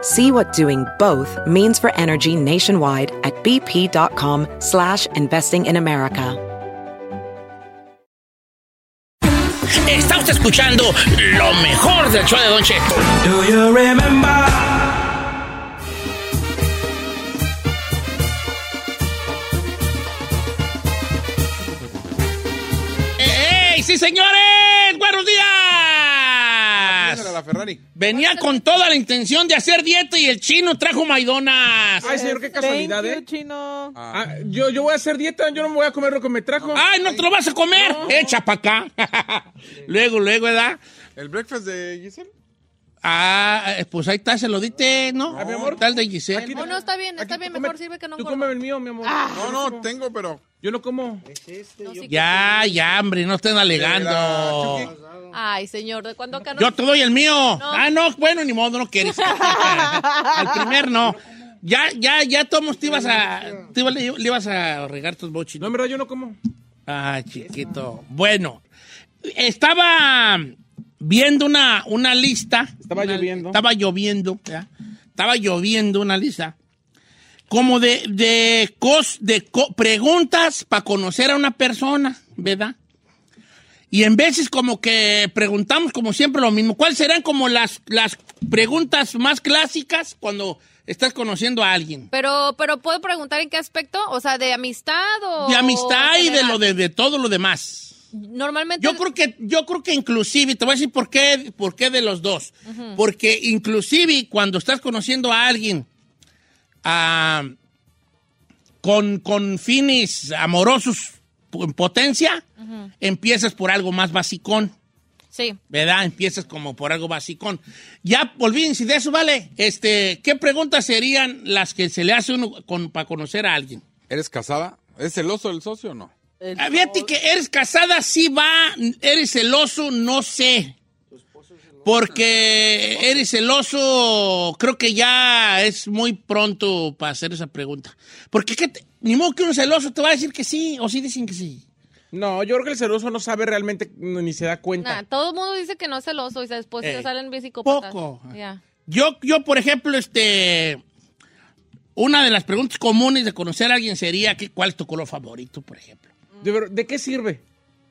See what doing both means for energy nationwide at bp.com slash investing in America. Está usted escuchando lo mejor del show de Don Cheto. Do you remember? ¡Eh, ¡Ey, sí, señores! ¡Buenos días! la Ferrari. Venía con toda la intención de hacer dieta y el chino trajo maidonas. Ay, señor, qué casualidad, ¿eh? chino. Ah, yo, yo voy a hacer dieta, yo no me voy a comer lo que me trajo. ¡Ay, no te lo vas a comer! ¡Echa pa' acá! luego, luego, ¿verdad? ¿El breakfast de Giselle? Ah, eh, pues ahí está, se lo dite, ¿no? Ah, mi amor. Tal de Giselle. Aquí- Oh, no, está bien, está Aquí bien, tú mejor come- sirve que no Tú engorda. Ah. come el mío, mi amor. No, no, tengo, pero. Yo no como. Ya, ya, hombre, no estén Mira, alegando. Chucky. Ay, señor, ¿de cuándo acá no? Yo te doy el mío. Ah, no, bueno, ni modo, no quieres. Al primer no. Ya, ya, ya, Tomos, te ibas a. Te iba- le, le ibas a regar tus bochis. No, en verdad, yo no como. Ah, chiquito. Bueno, estaba viendo una, una lista. Estaba Una- lloviendo. Estaba lloviendo. ¿ya? Estaba lloviendo una lista. Como de, de, cos, de co- preguntas para conocer a una persona, ¿verdad? Y en veces como que preguntamos como siempre lo mismo. ¿Cuáles serán como las, las preguntas más clásicas cuando estás conociendo a alguien? Pero, pero puedo preguntar en qué aspecto, o sea, de amistad o De amistad o y de Oh, general? lo de, de todo lo demás. Normalmente Yo creo que, yo creo que inclusive, te voy a decir por qué, por qué de los dos. Porque inclusive cuando estás conociendo a alguien ah, con, con fines amorosos en potencia, empiezas por algo más basicón. sí. ¿Verdad? Empiezas como por algo basicón. Ya, olvídense de eso, ¿vale? Este, ¿qué preguntas serían las que se le hace uno con- para conocer a alguien? ¿Eres casada? ¿Es celoso el socio o no? Ah, Fíjate que eres casada, sí va, eres celoso, no sé. Porque eres celoso, creo que ya es muy pronto para hacer esa pregunta. Porque ¿qué te- ni modo que un celoso te va a decir que sí, o sí dicen que sí. No, yo creo que el celoso no sabe realmente no, ni se da cuenta. Nah, todo el mundo dice que no es celoso y después Eh, se salen bien psicópatas. poco. Ya. Yo, yo, por ejemplo, este, una de las preguntas comunes de conocer a alguien sería que, ¿cuál es tu color favorito, por ejemplo? Mm. De, ver- ¿de qué sirve?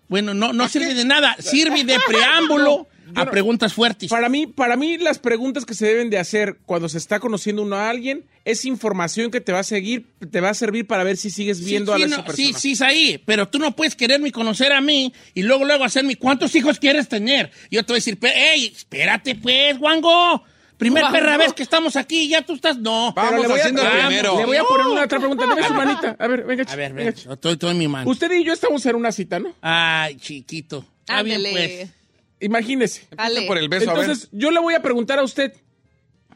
Bueno, no, no sirve de nada, sirve de preámbulo a no- preguntas fuertes. Para mí, para mí, las preguntas que se deben de hacer cuando se está conociendo uno a alguien es información que te va a seguir, te va a servir para ver si sigues viendo sí, a sí, esa no, persona. Sí, sí, es ahí. Pero tú no puedes quererme y conocer a mí y luego, luego hacerme, ¿cuántos hijos quieres tener? Yo te voy a decir, "Pe- ey, espérate pues, guango. Primer Guango. perra vez que estamos aquí, ya tú estás... No. Vamos Pero le voy a- haciendo el vamos, primero. Le voy a poner una otra pregunta. Dame su manita. A ver, venga. A ver, venga. ven, yo estoy todo en mi mano. Usted y yo estamos en una cita, ¿no? Ay, chiquito. Está bien, Ándele. pues. Imagínese. Dale. Por el beso, Entonces, yo le voy a preguntar a usted,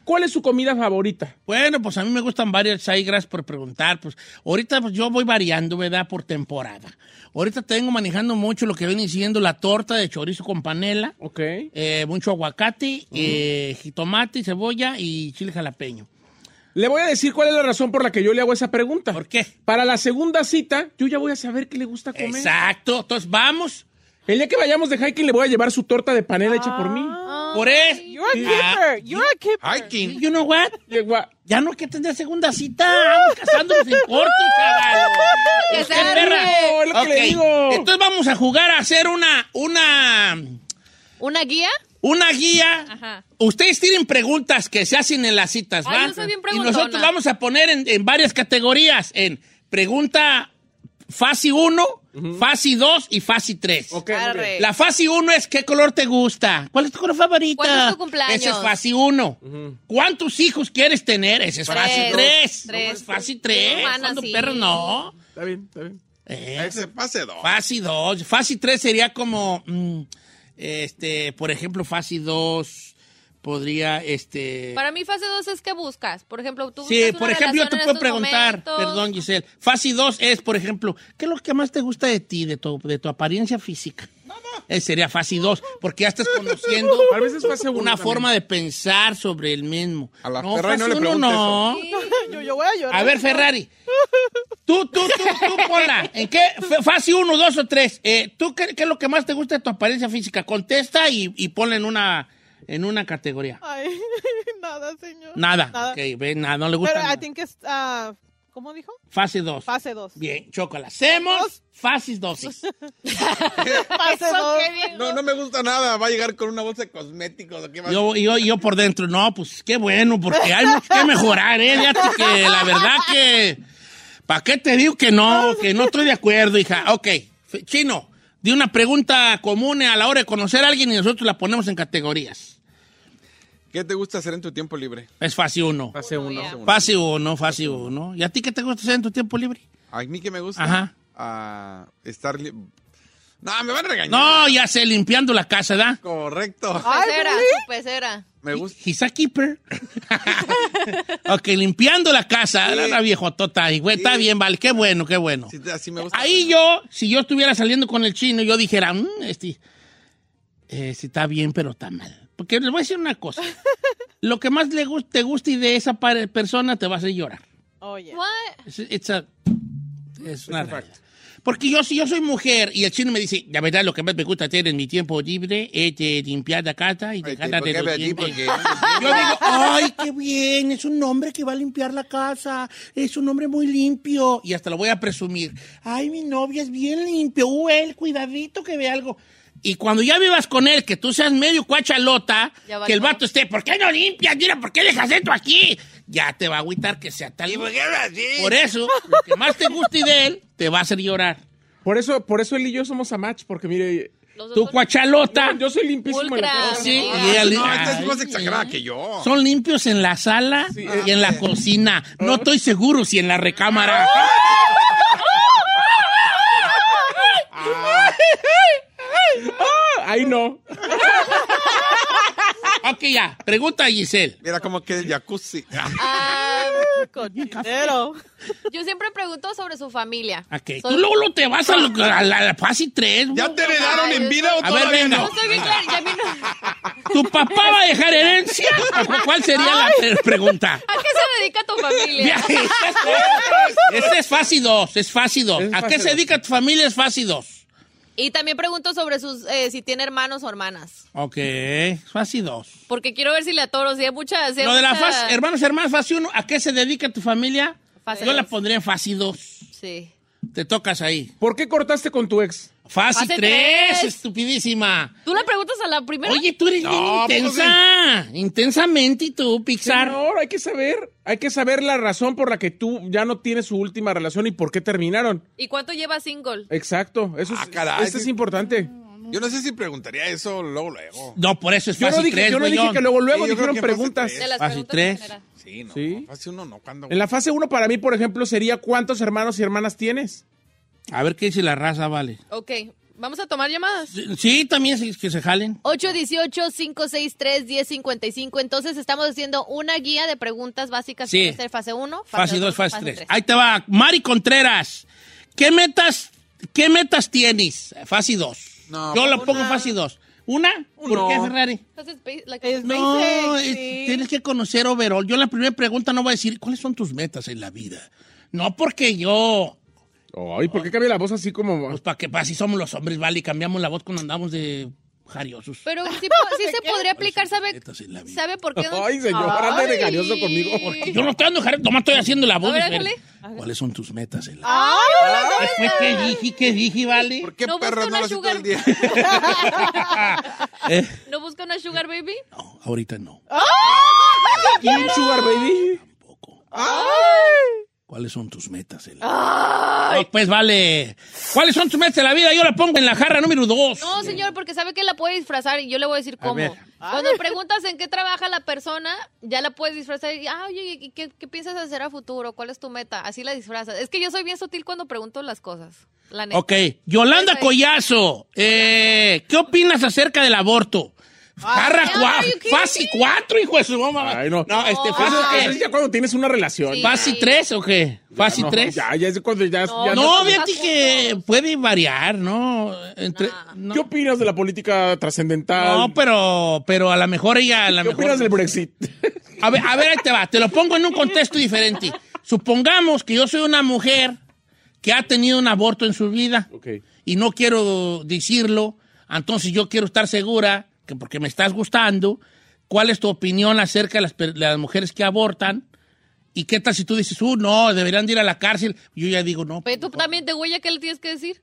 ¿cuál es su comida favorita? Bueno, pues a mí me gustan varias ahí, gracias por preguntar. Pues ahorita pues, yo voy variando, ¿verdad? Por temporada. Ahorita te vengo manejando mucho lo que viene siendo la torta de chorizo con panela. Ok. eh, mucho aguacate, eh, jitomate, cebolla y chile jalapeño. Le voy a decir cuál es la razón por la que yo le hago esa pregunta. ¿Por qué? Para la segunda cita, yo ya voy a saber qué le gusta comer. Exacto. Entonces vamos. El día que vayamos de hiking, le voy a llevar su torta de panela hecha por mí. Por eso. Ah, ver. Hiking. you know what? Llegó a- Ya no hay que tener segunda cita. Vamos casándonos en corto, chaval. Que Pues, se qué perra. arme. Es lo que le Ok, digo. Entonces vamos a jugar a hacer una, una, ¿Una guía? una guía. Ajá. Ustedes tienen preguntas que se hacen en las citas, Ay, ¿va? yo soy bien y preguntona. nosotros vamos a poner en, en varias categorías, en pregunta fase 1, fase 2 y fase 3. Ok, muy bien. Arre. La fase 1 es qué color te gusta. ¿Cuál es tu color favorita? ¿Cuándo es tu cumpleaños? Esa es fase 1. ¿Cuántos hijos quieres tener? Esa es Tres. fase 3. Tres. es fase 3. Humana, ¿Cuándo sí. perro? No. Está bien, está bien. Eh, Ese pase dos. fase 2. Fase 3 sería como, mm, este, por ejemplo, fase 2 podría, Eh. este... Para mí fase 2 es que buscas. Por ejemplo, tú buscas Sí, una por ejemplo, yo relación te en puedo estos preguntar, momentos. perdón Giselle, fase 2 es, por ejemplo, ¿qué es lo que más te gusta de ti, de tu, de tu apariencia física? Eh, sería fase 2, porque ya estás conociendo A veces fase uno una también. forma de pensar sobre el mismo. A la Ferrari no fase le uno preguntes no. Yo, yo voy a llorar. A ver, Ferrari, tú, tú, tú, tú, ponla, ¿en qué F- fase 1, 2 o 3? ¿Tú qué, qué es lo que más te gusta de tu apariencia física? Contesta y, y ponla en una, en una categoría. Ay, nada, señor. Nada, Nada. ok, ve, nada, no le gusta Pero nada. I think es, ah, ¿cómo dijo? Fase 2. Fase 2. Bien, chocolate. Hacemos Dos. fases dosis. Fase Eso, 2. qué bien. No, no me gusta nada. Va a llegar con una bolsa de cosméticos. ¿o qué va a- Yo, yo, yo por dentro, no, pues qué bueno, porque hay mucho que mejorar, ¿eh? Fíjate que la verdad que. ¿Para qué te digo que no? Que no estoy de acuerdo, hija. Ok, F- chino, di una pregunta común a la hora de conocer a alguien y nosotros la ponemos en categorías. ¿Qué te gusta hacer en tu tiempo libre? Es fase 1. Fase Uno, uno. ya. Fase 1, fase 1. ¿Y a ti qué te gusta hacer en tu tiempo libre? A mí que me gusta. Ajá. Pues, ah, A estar. li- No, me van a regañar. No, ya sé, limpiando la casa, ¿da? Correcto. Pecera, Ay, su pecera. Me gusta. He's a keeper. ok, limpiando la casa. Sí. La, la viejotota. Y güey, está Sí. bien, vale. Qué bueno, qué bueno. Sí, así me gusta. Ahí yo, si yo estuviera saliendo con el chino, yo dijera, "Mm, este, eh, sí está bien, pero está mal. Porque les voy a decir una cosa. Lo que más le gus- te guste de esa pare- persona te va a hacer llorar. Oye. What? Es, it's a- es una realidad. Porque yo, si yo soy mujer y el chino me dice, la verdad, lo que más me gusta hacer en mi tiempo libre es de limpiar la casa y Ay, dejarla ¿por de qué los habla así? dientes". Porque- Yo digo, ay, qué bien, es un hombre que va a limpiar la casa, es un hombre muy limpio. Y hasta lo voy a presumir. Ay, mi novia es bien limpio, uh, él, cuidadito que ve algo. Y cuando ya vivas con él, que tú seas medio cuachalota, Ya valió. que el vato esté, ¿por qué no limpias? Mira, ¿por qué dejas esto aquí? Ya te va a agüitar que sea tal. Por eso, lo que más te guste de él, te va a hacer llorar. Por eso, por eso él y yo somos a match, porque mire, Los dos Tú, son- cuachalota, yo soy limpísimo. en la Pulcra. casa. Sí, No, y ella li- no, esta es más Ay, exagerada que yo. son limpios en la sala y en la cocina. Oh. No estoy seguro si en la recámara. Ah, Ahí no. Ok, ya. Pregunta a Giselle. Mira como que el jacuzzi. Ah, Cochinero. yo siempre pregunto sobre su familia. Ok. Soy- Tú luego lo te vas a, lo- a la, a la fase 3. ¿Ya te heredaron Ay, en vida o A ver, todavía venga. no? No soy bien clar- ya a mí no- ¿A ¿Tu papá va a dejar herencia? ¿Cuál sería la pre- pregunta? eh, qué se dedica tu familia? Este es fase 2, es fase 2. Es ¿A fase qué se dos. dedica tu familia? Es fase 2. Y también pregunto sobre sus eh, si tiene hermanos o hermanas. Ok, fase 2. Porque quiero ver si le atoro, si hay muchas. si hay Lo de la mucha- fase, hermanos, hermanas, fase 1, ¿a qué se dedica tu familia? Fase Yo la dos. pondría en fase 2. Sí. Te tocas ahí. ¿Por qué cortaste con tu ex? Fase Fase 3, tres. estupidísima. ¿Tú le preguntas a la primera? Oye, tú eres bien No, pues, intensa. Intensamente, y tú, Pixar. Señor, hay que saber, hay que saber la razón por la que tú ya no tienes su última relación y por qué terminaron. ¿Y cuánto lleva single? Exacto, eso Ah, es, caray. esto es importante. Yo no sé si preguntaría eso luego, luego. No, por eso es Yo fácil. no dije, tres, yo no güeyón. dije que luego luego Sí, yo creo dijeron que fue hace preguntas. tres. De las Fase preguntas tres. en general. Sí, no. Sí. Fase uno no. ¿Cuándo? En la fase 1 para mí, por ejemplo, sería ¿cuántos hermanos y hermanas tienes? A ver qué dice la raza, vale. Ok, vamos a tomar llamadas. Sí, también sí, que se jalen. 818-563-1055. Entonces estamos haciendo una guía de preguntas básicas. Sí. Puede ser fase 1, Fase 2, fase 3. tres. Ahí te va. Mari Contreras, ¿qué metas, qué metas tienes? Fase 2. No, pues Yo lo pongo fase 2. ¿Una? ¿Por Uno. qué, Ferrari? Entonces, pe- la- Es No, basic, es- sí. tienes que conocer overall. Yo la primera pregunta no voy a decir, ¿cuáles son tus metas en la vida? No porque yo, Ay, ¿por qué cambia la voz así como pues para que, para así somos los hombres, vale, y cambiamos la voz cuando andamos de jariosos. Pero sí, po- sí se podría aplicar, ¿sabe? Metas en la vida. ¿Sabe por qué? don- Ay, señor, ande regañoso conmigo. Yo no estoy dando jariosos, nomás estoy haciendo la voz. A ver, de Fer. hágale. ¿Cuáles son tus metas en la ¡Ay, Ah. hola! ¿Qué fue que dije? ¿Qué dije, vale? ¿Por qué No, busca perros no una lo hace todo sugar. el día? Eh, ¿No busca una sugar baby? no, ahorita no. un sugar baby? Tampoco. ¡Ay! ¿Cuáles son tus metas? en la- No, pues vale. ¿Cuáles son tus metas de la vida? Yo la pongo en la jarra número dos. No, señor, porque sabe que la puede disfrazar y yo le voy a decir A ver. cómo. Cuando preguntas en qué trabaja la persona, ya la puedes disfrazar y, ah, oye, ¿y qué, qué piensas hacer a futuro? ¿Cuál es tu meta? Así la disfrazas. Es que yo soy bien sutil cuando pregunto las cosas. La neta. Ok, Yolanda Eso es. Collazo, eh, ¿qué opinas acerca del aborto? Jarra no, cua- you kidding fase me? 4, hijo de su mamá. Ay, no. este, Eso, ¿fase eso es ya cuando tienes una relación. Sí. qué? ¿Fase 3 o qué? ¿Fase No, 3? Ya, ya es cuando ya. No, ya No, no, fíjate no. que puede variar, ¿no? Entre, no. ¿Qué opinas de la política trascendental? No, pero, pero a lo mejor ella... A lo ¿Qué mejor... opinas del Brexit? A ver, a ver, ahí te va. Te lo pongo en un contexto diferente. Supongamos que yo soy una mujer que ha tenido un aborto en su vida ok. y no quiero decirlo, entonces yo quiero estar segura, que porque me estás gustando, cuál es tu opinión acerca de las, per- las mujeres que abortan y qué tal si tú dices, uh, no, deberían de ir a la cárcel. Yo ya digo, no. Pero tú también te huella, ¿qué le tienes que decir?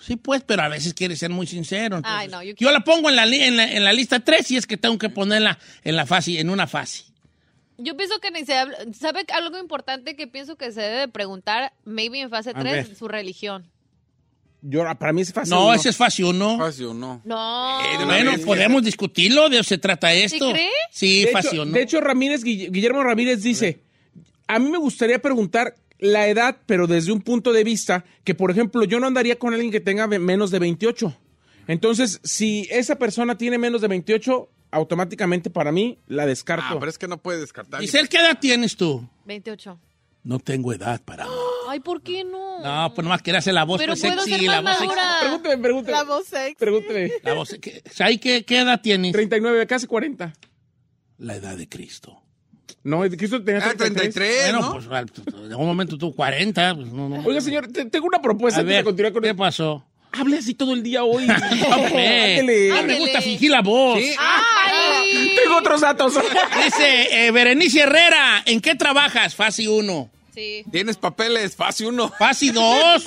Sí, pues, pero a veces quieres ser muy sincero. entonces- Ay, no, yo yo, la pongo en la, li- en la, en la lista 3 y es que tengo que ponerla en la fase, en una fase. Yo pienso que ni se habla. ¿Sabe algo importante que pienso que se debe preguntar, maybe en fase A 3, ver. su religión? Yo, para mí es fácil. No, ese es fase 1. Fácil o no. No. Eh, de una Bueno, vez. podemos discutirlo, de eso se trata esto. cree? Sí, de fácil, hecho, ¿no? de hecho, Ramírez, Guille- Guillermo Ramírez dice, a mí me gustaría preguntar la edad, pero desde un punto de vista que, por ejemplo, yo no andaría con alguien que tenga ve- menos de 28. Entonces, si esa persona tiene menos de 28, automáticamente para mí la Ah, descarto. pero es que no puede descartar. Giselle, ¿qué edad tienes tú? 28. No tengo edad para... Ay, ¿por qué no? No, pues nomás quería hacer la voz Pero pues, puedo sexy, ser la más voz sexy. madura. Pregúnteme, pregúnteme. La voz sexy. Pregúnteme. La voz ¿qué- ¿Sai, qué, qué edad tienes? 39, casi 40. La edad de Cristo. No, el Cristo tenía Ah, 33. 33, bueno, ¿no? pues al- en un momento tú 40, pues no, no. Oiga, señor, te- tengo una A propuesta antes de ver, continuar con ¿qué el- pasó? Hable así todo el día hoy. Hombre, Ándele. ah, me Ándele. gusta fingir la voz. Sí. Ay. Tengo otros datos. Dice eh, Berenice Herrera, ¿en qué trabajas? Fase 1. Sí. Tienes papeles, fácil uno. Fase 2.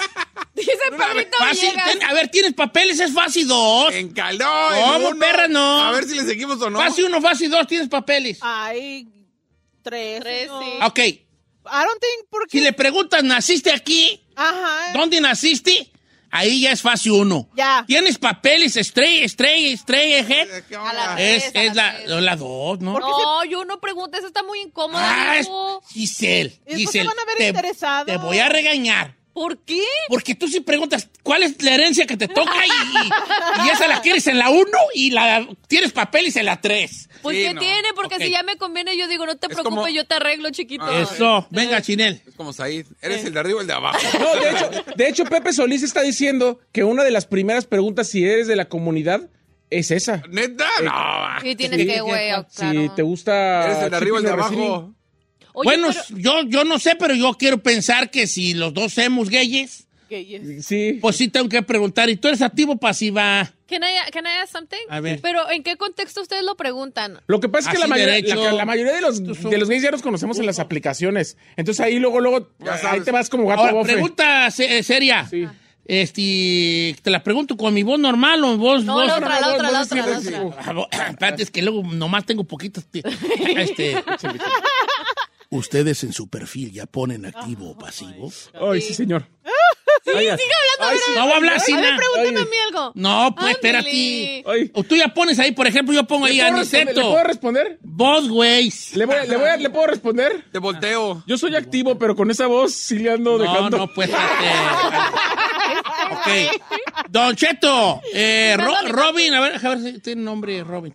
Dice Pablito Fase- Villegas. ten- a ver, ¿tienes papeles? Es fase 2. En calor. ¿Cómo, perra, no? A ver si le seguimos o no. Fase 1, fase 2, ¿tienes papeles? Ay, tres. Tres, no. sí. Ok. I don't think porque. Si le preguntas, ¿naciste aquí? Ajá. ¿Dónde naciste? Ahí ya es fase 1. Ya. ¿Tienes papeles? Estrella, estrella, estrella, head. ¿Qué A la onda? Es, tres, es a la la 2, Este, ¿no? No, yo no pregunto, eso está muy incómoda. Ah, es- hijo. Giselle, Después Giselle, se van a ver interesados. te voy a regañar. ¿Por qué? Porque tú si preguntas cuál es la herencia que te toca y, y esa la quieres en la 1 y la tienes papeles en la 3. Pues Sí, qué no. tiene, porque Ok. si ya me conviene, yo digo, no te Es preocupes, como- yo te arreglo, chiquito. Ah. Eso, venga, Chinel. Es como Said. Eres el de arriba o el de abajo. No, de hecho, de hecho, Pepe Solís está diciendo que una de las primeras preguntas, si eres de la comunidad, es esa. Eh, ¿Neta? No. Y tienes Sí, que, güey, claro. Si te gusta. Eres el de arriba o el de Chiquis Recibi- abajo. Oye, bueno, pero- yo, yo no sé, pero yo quiero pensar que si los dos somos gayes, Que yes. Sí. pues sí tengo que preguntar. ¿Y tú eres activo o pasiva? Can I, can I ask something? A ver. Pero ¿en qué contexto ustedes lo preguntan? Lo que pasa es Así que la mayoría, derecho. la, la mayoría de los, de los gays ya nos conocemos en las aplicaciones. Entonces ahí luego, luego, Ya ahí sabes. te vas como gato Ahora, bofe. pregunta se- eh, seria. Sí. Este, te la pregunto con mi voz normal o mi voz... No, voz- la otra, la otra, la otra, la sí, otra. sí. Ah, bo- Espérate, es que luego nomás tengo poquitos... ti- Este... Ustedes en su perfil ya ponen activo o pasivo. Ay, sí, señor. Ay, ay. Ay, sí. No voy a hablar así, A ver, na. pregúntame Oye. a mí algo. No, pues Ándale. espérate. Ay. O tú ya pones ahí, por ejemplo, yo pongo ahí ¿Le puedo responder? ¿Le Aniceto. puedo responder? Both ways. ¿Le, voy, le, voy a- ¿Le puedo responder? Te volteo. Yo soy activo, pero con esa voz sí le No, ando dejando. no, pues. este, ok. Don Cheto, eh, Ro- Robin, a ver, a ver si tiene nombre Robin.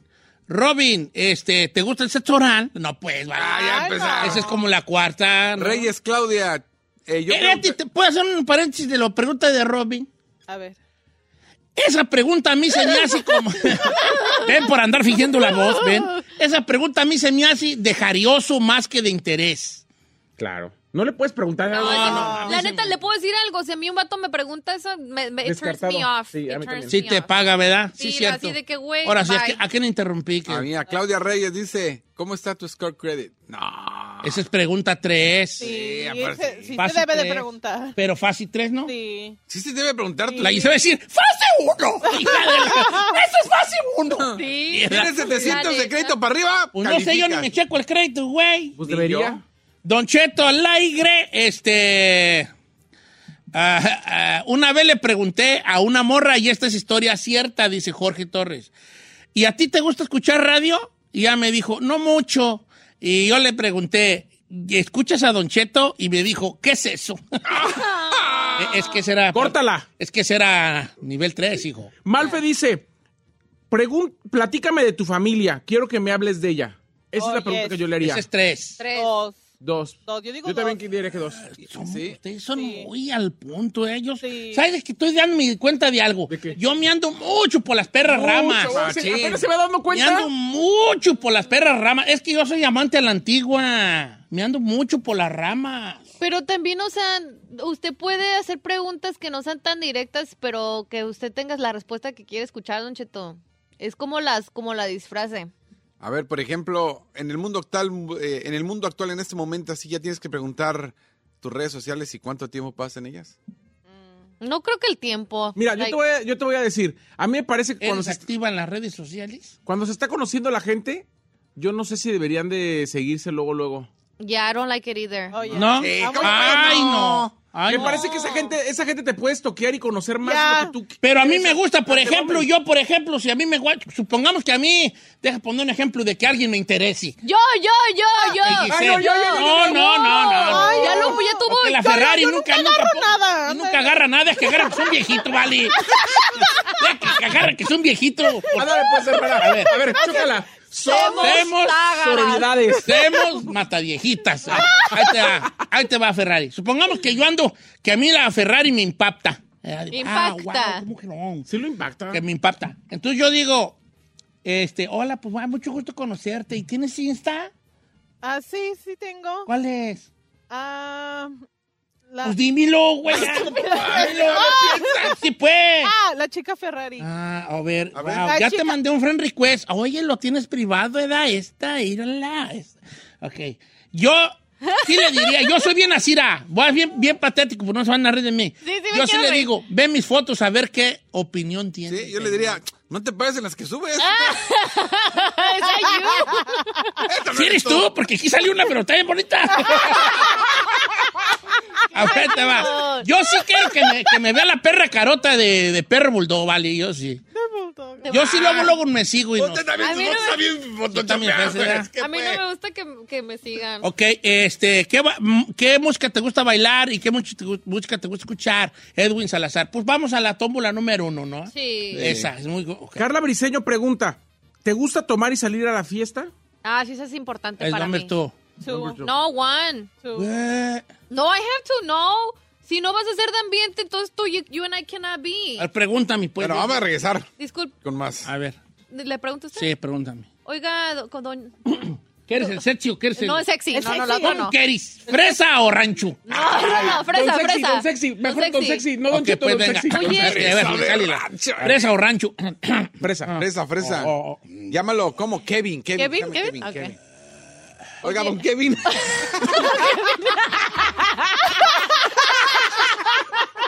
Robin, este, ¿te gusta el sexo oral? No, pues, vale. Ah, ya empezaron. Esa es como la cuarta. ¿no? Reyes, Claudia. eh, yo Eh, creo Leti, que- ¿te puedo hacer un paréntesis de la pregunta de Robin? A ver. Esa pregunta a mí se me hace como... ven por andar fingiendo la voz, ven. Esa pregunta a mí se me hace de jarioso más que de interés. Claro. No le puedes preguntar algo. Ay, Ah, la neta, le puedo decir algo. Si a mí un vato me pregunta eso, me, me- it turns Descartado. me off. Sí, a It turns mí también. me Sí te off. paga, ¿verdad? Sí, Sí, cierto. así de que, güey, Ahora sí, ¿a bye. qué- ¿a quién interrumpí? Que- Ah, mira, Claudia Reyes dice, ¿cómo está tu score credit? No. "Ah, Esa es pregunta 3. Sí, aparte se- sí. sí te Fase debe de tres. preguntar. Pero fácil 3, ¿no? Sí. Sí se debe preguntar. tu- La hice decir, fase 1. Eso es fase 1. Sí. Mierda. ¿Tienes 700 La de neta. crédito para arriba? Pues no sé, yo ni Calificas. me checo el crédito, güey. Pues Ni debería. yo. Don Cheto Laigre, este. ah, ah, una vez le pregunté a una morra, y esta es historia cierta, dice Jorge Torres. ¿Y a ti te gusta escuchar radio? Y ya me dijo, no mucho. Y yo le pregunté, ¿escuchas a Don Cheto? Y me dijo, ¿qué es eso? Eh, es que será. Córtala. Es que será nivel 3, hijo. Malfe dice, pregun platícame de tu familia, quiero que me hables de ella. Esa es la Oh, pregunta yes. que yo le haría. Ese es 3. Tres. Dos. Dos. Dos, yo digo Yo también dos. diría que dos. Son- Sí. Ustedes son Sí. muy al punto, ¿eh? Yo- Sí. ¿Sabes? Es que estoy dándome cuenta de algo. ¿De qué? Yo me ando mucho por las perras ramas. Mucho, se- apenas se va dando Me cuenta. ando mucho por las perras ramas. Es que yo soy amante a la antigua. Me ando mucho por las ramas. Pero también, o sea, usted puede hacer preguntas que no sean tan directas, pero que usted tenga la respuesta que quiere escuchar, Don Cheto. Es como las, como la disfrace. A ver, por ejemplo, en el mundo actual, eh, en el mundo actual en este momento, así ya tienes que preguntar tus redes sociales y cuánto tiempo pasas en ellas. No creo que el tiempo. Mira, yo Like, te, voy a, yo te voy a decir, a mí me parece que cuando ¿Eres se, activa en las redes sociales? cuando se está conociendo la gente, yo no sé si deberían de seguirse luego, luego. Yeah, I don't like it either. Oye, ¿No? Ah, Sí, Ah, ¿cómo que Ay, no. Ay, me no. parece que esa gente, esa gente te puede toquear y conocer más Ya. de lo que tú Pero a mí quieres. me gusta, por Ante ejemplo, hombres. yo, por ejemplo, si a mí me gusta, supongamos que a mí, deja poner un ejemplo de que alguien me interese. Yo, yo, yo, Ah, yo. Ay, Giselle. no, yo, yo, no, yo, no, yo, no, no, no. Ay, ya lo ya tuvo. Porque la yo- Ferrari yo nunca, nunca nunca, agarro po- nada. y nunca agarra nada, es que agarra que es un viejito, vale. Deja que- que agarra que es un viejito. Ándale, pues, espera. A ver, a ver, chócala. Somos Somos sororidades. Somos mataviejitas. Ahí te, va, ahí te va Ferrari. Supongamos que yo ando, que a mí la Ferrari me impacta. Eh, digo, Impacta. Ah, wow, qué mujerón. Sí lo impacta. que me impacta. Entonces yo digo, este, hola, pues va, mucho gusto conocerte. ¿Y tienes Insta? Ah, sí, sí tengo. ¿Cuál es? Ah, la, Pues dímelo, güey. ya. Dímelo. Sí, pues. ah, la chica Ferrari. Ah, a ver, A ver. wow, La ya te chica- mandé un friend request. Oye, lo tienes privado, edad esta, írala. es- Ok. Yo sí le diría, yo soy bien así, ah, voy a bien, bien patético, pues no se van a reír de mí. Sí, sí, me yo sí quiero le reír. digo, ve mis fotos a ver qué opinión tienes. Sí, yo le diría, no te pares en las que subes. Is that Ah. you? Esto no Si eres eres tú. tú, porque aquí salió una, pero está bien bonita. A ver, te va. Yo sí quiero que me, que me vea la perra carota de, de perro bulldog, vale, yo sí. Yo sí luego, luego me sigo y no. Usted también, A tu mí no voz me- está bien también, photoshopeada, sí, güey. Ah, ¿verdad? Es que, A mí no pues, me gusta que, que me sigan. Ok, este, ¿qué, va- m- qué música te gusta bailar y qué much- te gu- música te gusta escuchar? Edwin Salazar. Pues vamos a la tómbola número uno, ¿no? Sí. Esa, es muy... gu- ok. Carla Briseño pregunta, ¿te gusta tomar y salir a la fiesta? Ah, sí, eso es importante El para nombre mí. tú. Two, No, one. two. Eh, No, I have to know. Si no vas a ser de ambiente, entonces tú, you, you and I cannot be. a ver, pregúntame, pues. Bueno, vamos a regresar Disculpe, con más. A ver, ¿le pregunto a usted? sí, pregúntame. Oiga, do- con don... ¿Quieres el sexy o quieres el...? No, es sexy. ¿Es no, no, sexy? la otra ¿Cómo no. quieres? ¿Fresa o rancho? No, no, no, fresa, don sexy, fresa. don sexy, Don mejor don sexy, no don Ok, Cheto, pues, don venga. sexy. Oye. Sexy, a ver, Fresa de sale la- rancho. ¿Fresa o rancho? Ah. Fresa. Fresa, fresa. Oh, oh, Llámalo como Kevin, Kevin. llame ¿Kevin? ¿Kevin? Ok. Oiga, don Kevin.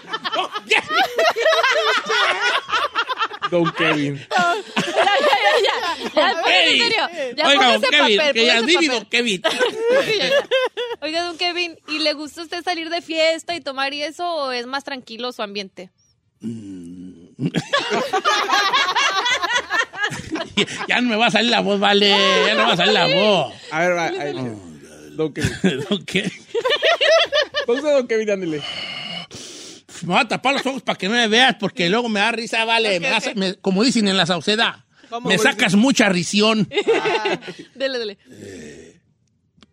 Don Kevin. Oh, Ya, Kevin. póngase en serio. Ya Oiga, don póngase Kevin, papel, que ya póngase vive papel. don Kevin. Oiga, don Kevin, ¿y le gusta a usted salir de fiesta y tomar y eso o es más tranquilo su ambiente? Ya no me va a salir la voz, vale. Eh, Ya no va a salir la voz. Oh, A ver, va, ahí. Don Kevin. Don Kevin. Entonces, don Kevin, ándele. Me voy a tapar los ojos para que no me veas, porque luego me da risa, vale. me da- me- como dicen en la sauceda, me sacas mucha risión. Dele, dele.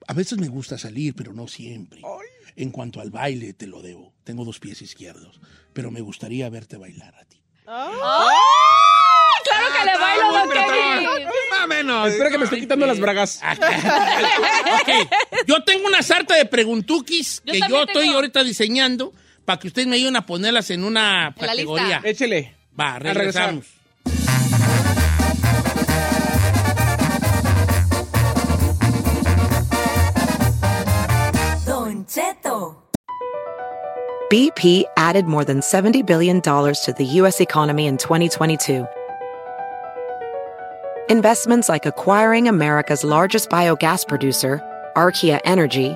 A veces me gusta salir, pero no siempre. En cuanto al baile, te lo debo. Tengo dos pies izquierdos, pero me gustaría verte bailar a ti. Oh, ¡Ay! ¡Claro que le bailo, don Kevin! Más o menos. Espera que me estoy quitando las bragas. Ok, Yo tengo una sarta de preguntuquis Yo que yo también estoy tengo. ahorita diseñando para que ustedes me ayuden a ponerlas en una En la lista. categoría. Échele. Va, regresar. regresamos. BP added more than $70 billion to the U.S. economy in 2022. Investments like acquiring America's largest biogas producer, Archaea Energy,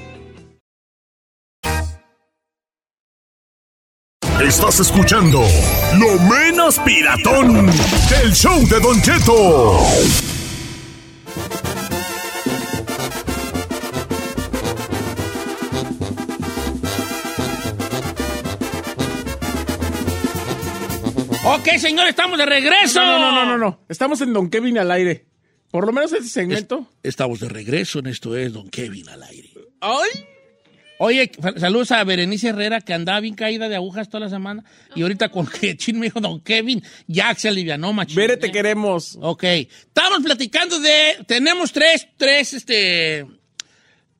Estás escuchando Lo Menos Piratón del show de Don Cheto. Ok, señor, estamos de regreso. No, no, no, no, no. Estamos en Don Kevin al aire. Por lo menos ese segmento. Estamos de regreso en esto es Don Kevin al aire. ¡Ay! Oye, fa- saludos a Berenice Herrera, que andaba bien caída de agujas toda la semana. Y ahorita con que chin me dijo Don Kevin, ya se alivianó, macho. Vere, te queremos. Ok. Estamos platicando de. Tenemos tres, tres, este.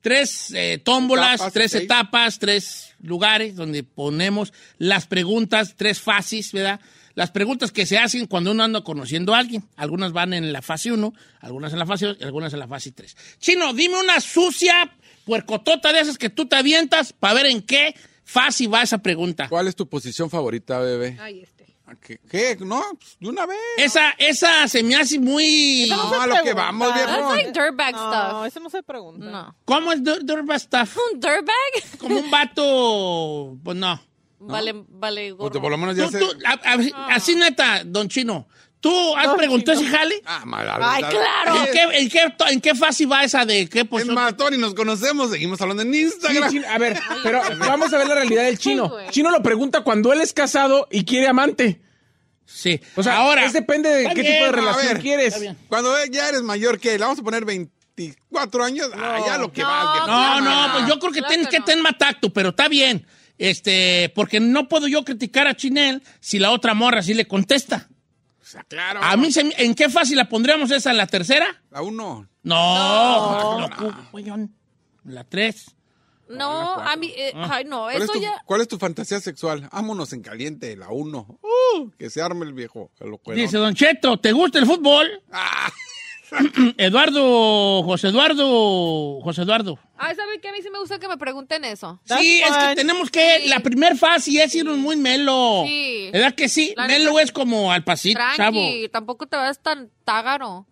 Tres eh, tómbolas, Etapas, tres seis. etapas, tres lugares donde ponemos las preguntas, tres fases, ¿verdad? Las preguntas que se hacen cuando uno anda conociendo a alguien. Algunas van en la fase 1, algunas en la fase 2 y algunas en la fase 3. Chino, dime una sucia puercotota de esas que tú te avientas para ver en qué fase va esa pregunta. ¿Cuál es tu posición favorita, bebé? Ah, Ay, este. ¿Qué? qué? No, pues, de una vez. Esa, esa se me hace muy... Esa No, se a lo que pregunta. vamos, That's viejo. like dirtbag No, stuff. eso no se pregunta. No. ¿Cómo es Dur- Durba Staff? ¿Un dirtbag? como un vato, pues no. Vale, vale, Pues, gorro. por lo menos ya Tú, sé. tú, a- Ah. a- así neta, don Chino, ¿tú has preguntado si jale? Ah, mala, Ay, claro. ¿En qué, en, qué, to- ¿En qué fase va esa de qué Pues posición? matón y nos conocemos, seguimos hablando en Sí, Instagram. Chin- a ver, pero vamos a ver la realidad del Ay, chino. güey. Chino lo pregunta cuando él es casado y quiere amante. Sí. O sea, ahora. es depende de Está qué bien, tipo de a relación ver. quieres. Está bien. Cuando ve- ya eres mayor, ¿qué? ¿Le vamos a poner 24 años? Ah, ya lo que No, vas. viejo. No, Claro, no, no. pues yo creo que Claro tienes que que no. tener más tacto, pero está bien. Este, porque no puedo yo criticar a Chinel si la otra morra sí le contesta. O sea, claro. A mí, se me- ¿en qué fase la pondríamos esa? ¿En la tercera? La uno. No. loco, güeyón. La tres. No, a mí, eh, Ah. ay, no, ¿Cuál es, eso tu, ya. cuál es tu fantasía sexual? Ámonos en caliente, la uno. Uh, que se arme el viejo. el locuelón. Dice Don Cheto, ¿te gusta el fútbol? Ah, Eduardo, José Eduardo, José Eduardo. Ay, ¿saben qué? A mí sí me gusta que me pregunten eso. That's sí, es que fine. tenemos que, la primer fase es irnos muy melo. Sí. ¿Verdad que sí? La melo neta. es como al pasito, chavo. Tranqui, tampoco te vas tan tágaro.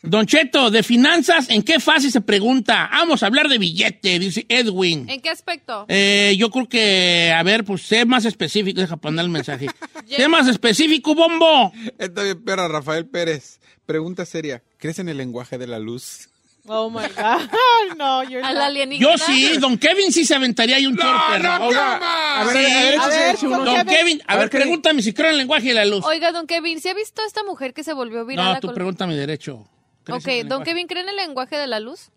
Don Cheto, de finanzas, ¿en qué fase se pregunta? Vamos a hablar de billete, dice Edwin. ¿En qué aspecto? Eh, yo creo que, a ver, pues sé más específico, deja poner el mensaje. sé más específico, bombo. Está bien, perra, Rafael Pérez. Pregunta seria. ¿Crees en el lenguaje de la luz? Oh my God. No, you're Al not. alienígena. Yo sí, don Kevin sí se aventaría ahí un chorro, perro. no, Oiga, ¡Toma! a ver, a ver, Sí. a ver, A échese- ver, échese uno. ¿con Don Kevin. Kevin, a, A ver, ver, ¿qué- pregúntame si creo en el lenguaje de la luz. Oiga, don Kevin, ¿sí ha visto a esta mujer que se volvió viral? No, tú col- pregúntame derecho. ¿Crees Ok, en el don lenguaje? Kevin, ¿cree en el lenguaje de la luz?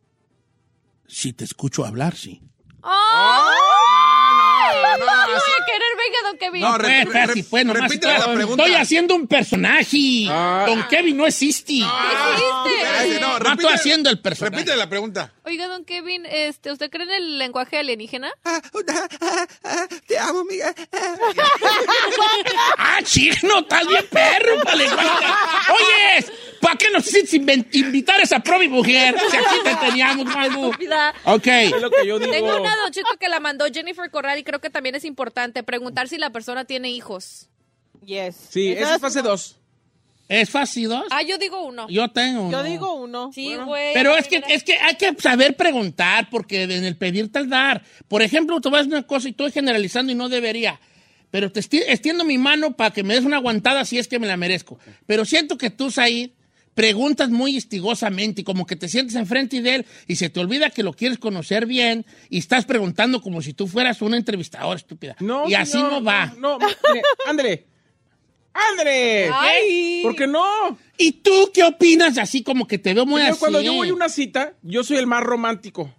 Si te escucho hablar, sí. ¡Oh! No, no, no, No, no no, voy así- a querer, venga, don Kevin. No, re- Pues, casi, pues, nomás repíteme estoy- la pregunta. Estoy haciendo un personaje. Ah. Don Kevin no existe. Ah, ¿Qué hiciste? espérate, no, No estoy repite- haciendo el personaje. Repite la pregunta. Oiga, don Kevin, este, ¿usted cree en el lenguaje alienígena? Ah, Te amo, amiga. ¡Ah, chino! ¡Estás bien perro! Vale, vaya. Oye, ¿para qué nos hiciste inven- invitar a esa probi mujer? Si aquí te teníamos, Malbu. Vida. Ok. Es lo que yo digo. Tengo una don chico que la mandó Jennifer Corral y creo que también es importante preguntar si la persona tiene hijos. Yes. Sí, esa Esas- es fase 2. ¿Es fácil dos? Ah, yo digo uno. Pues, Yo tengo. Yo uno. digo uno. Sí, güey. Pero es que, mira. es que hay que saber preguntar, porque en el pedir tal dar. Por ejemplo, tú vas a una cosa y estoy generalizando y no debería. Pero te esti- extiendo mi mano para que me des una aguantada si es que me la merezco. Pero siento que tú, Said, preguntas muy estigosamente y como que te sientes enfrente de él y se te olvida que lo quieres conocer bien y estás preguntando como si tú fueras una entrevistadora estúpida. No, y así señor, no va. No, no, mire, ándale. ¡Ándale! Ay. ¿Por qué no? ¿Y tú qué opinas? Así como que te veo muy Señor, así. cuando yo voy a una cita, yo soy el más romántico.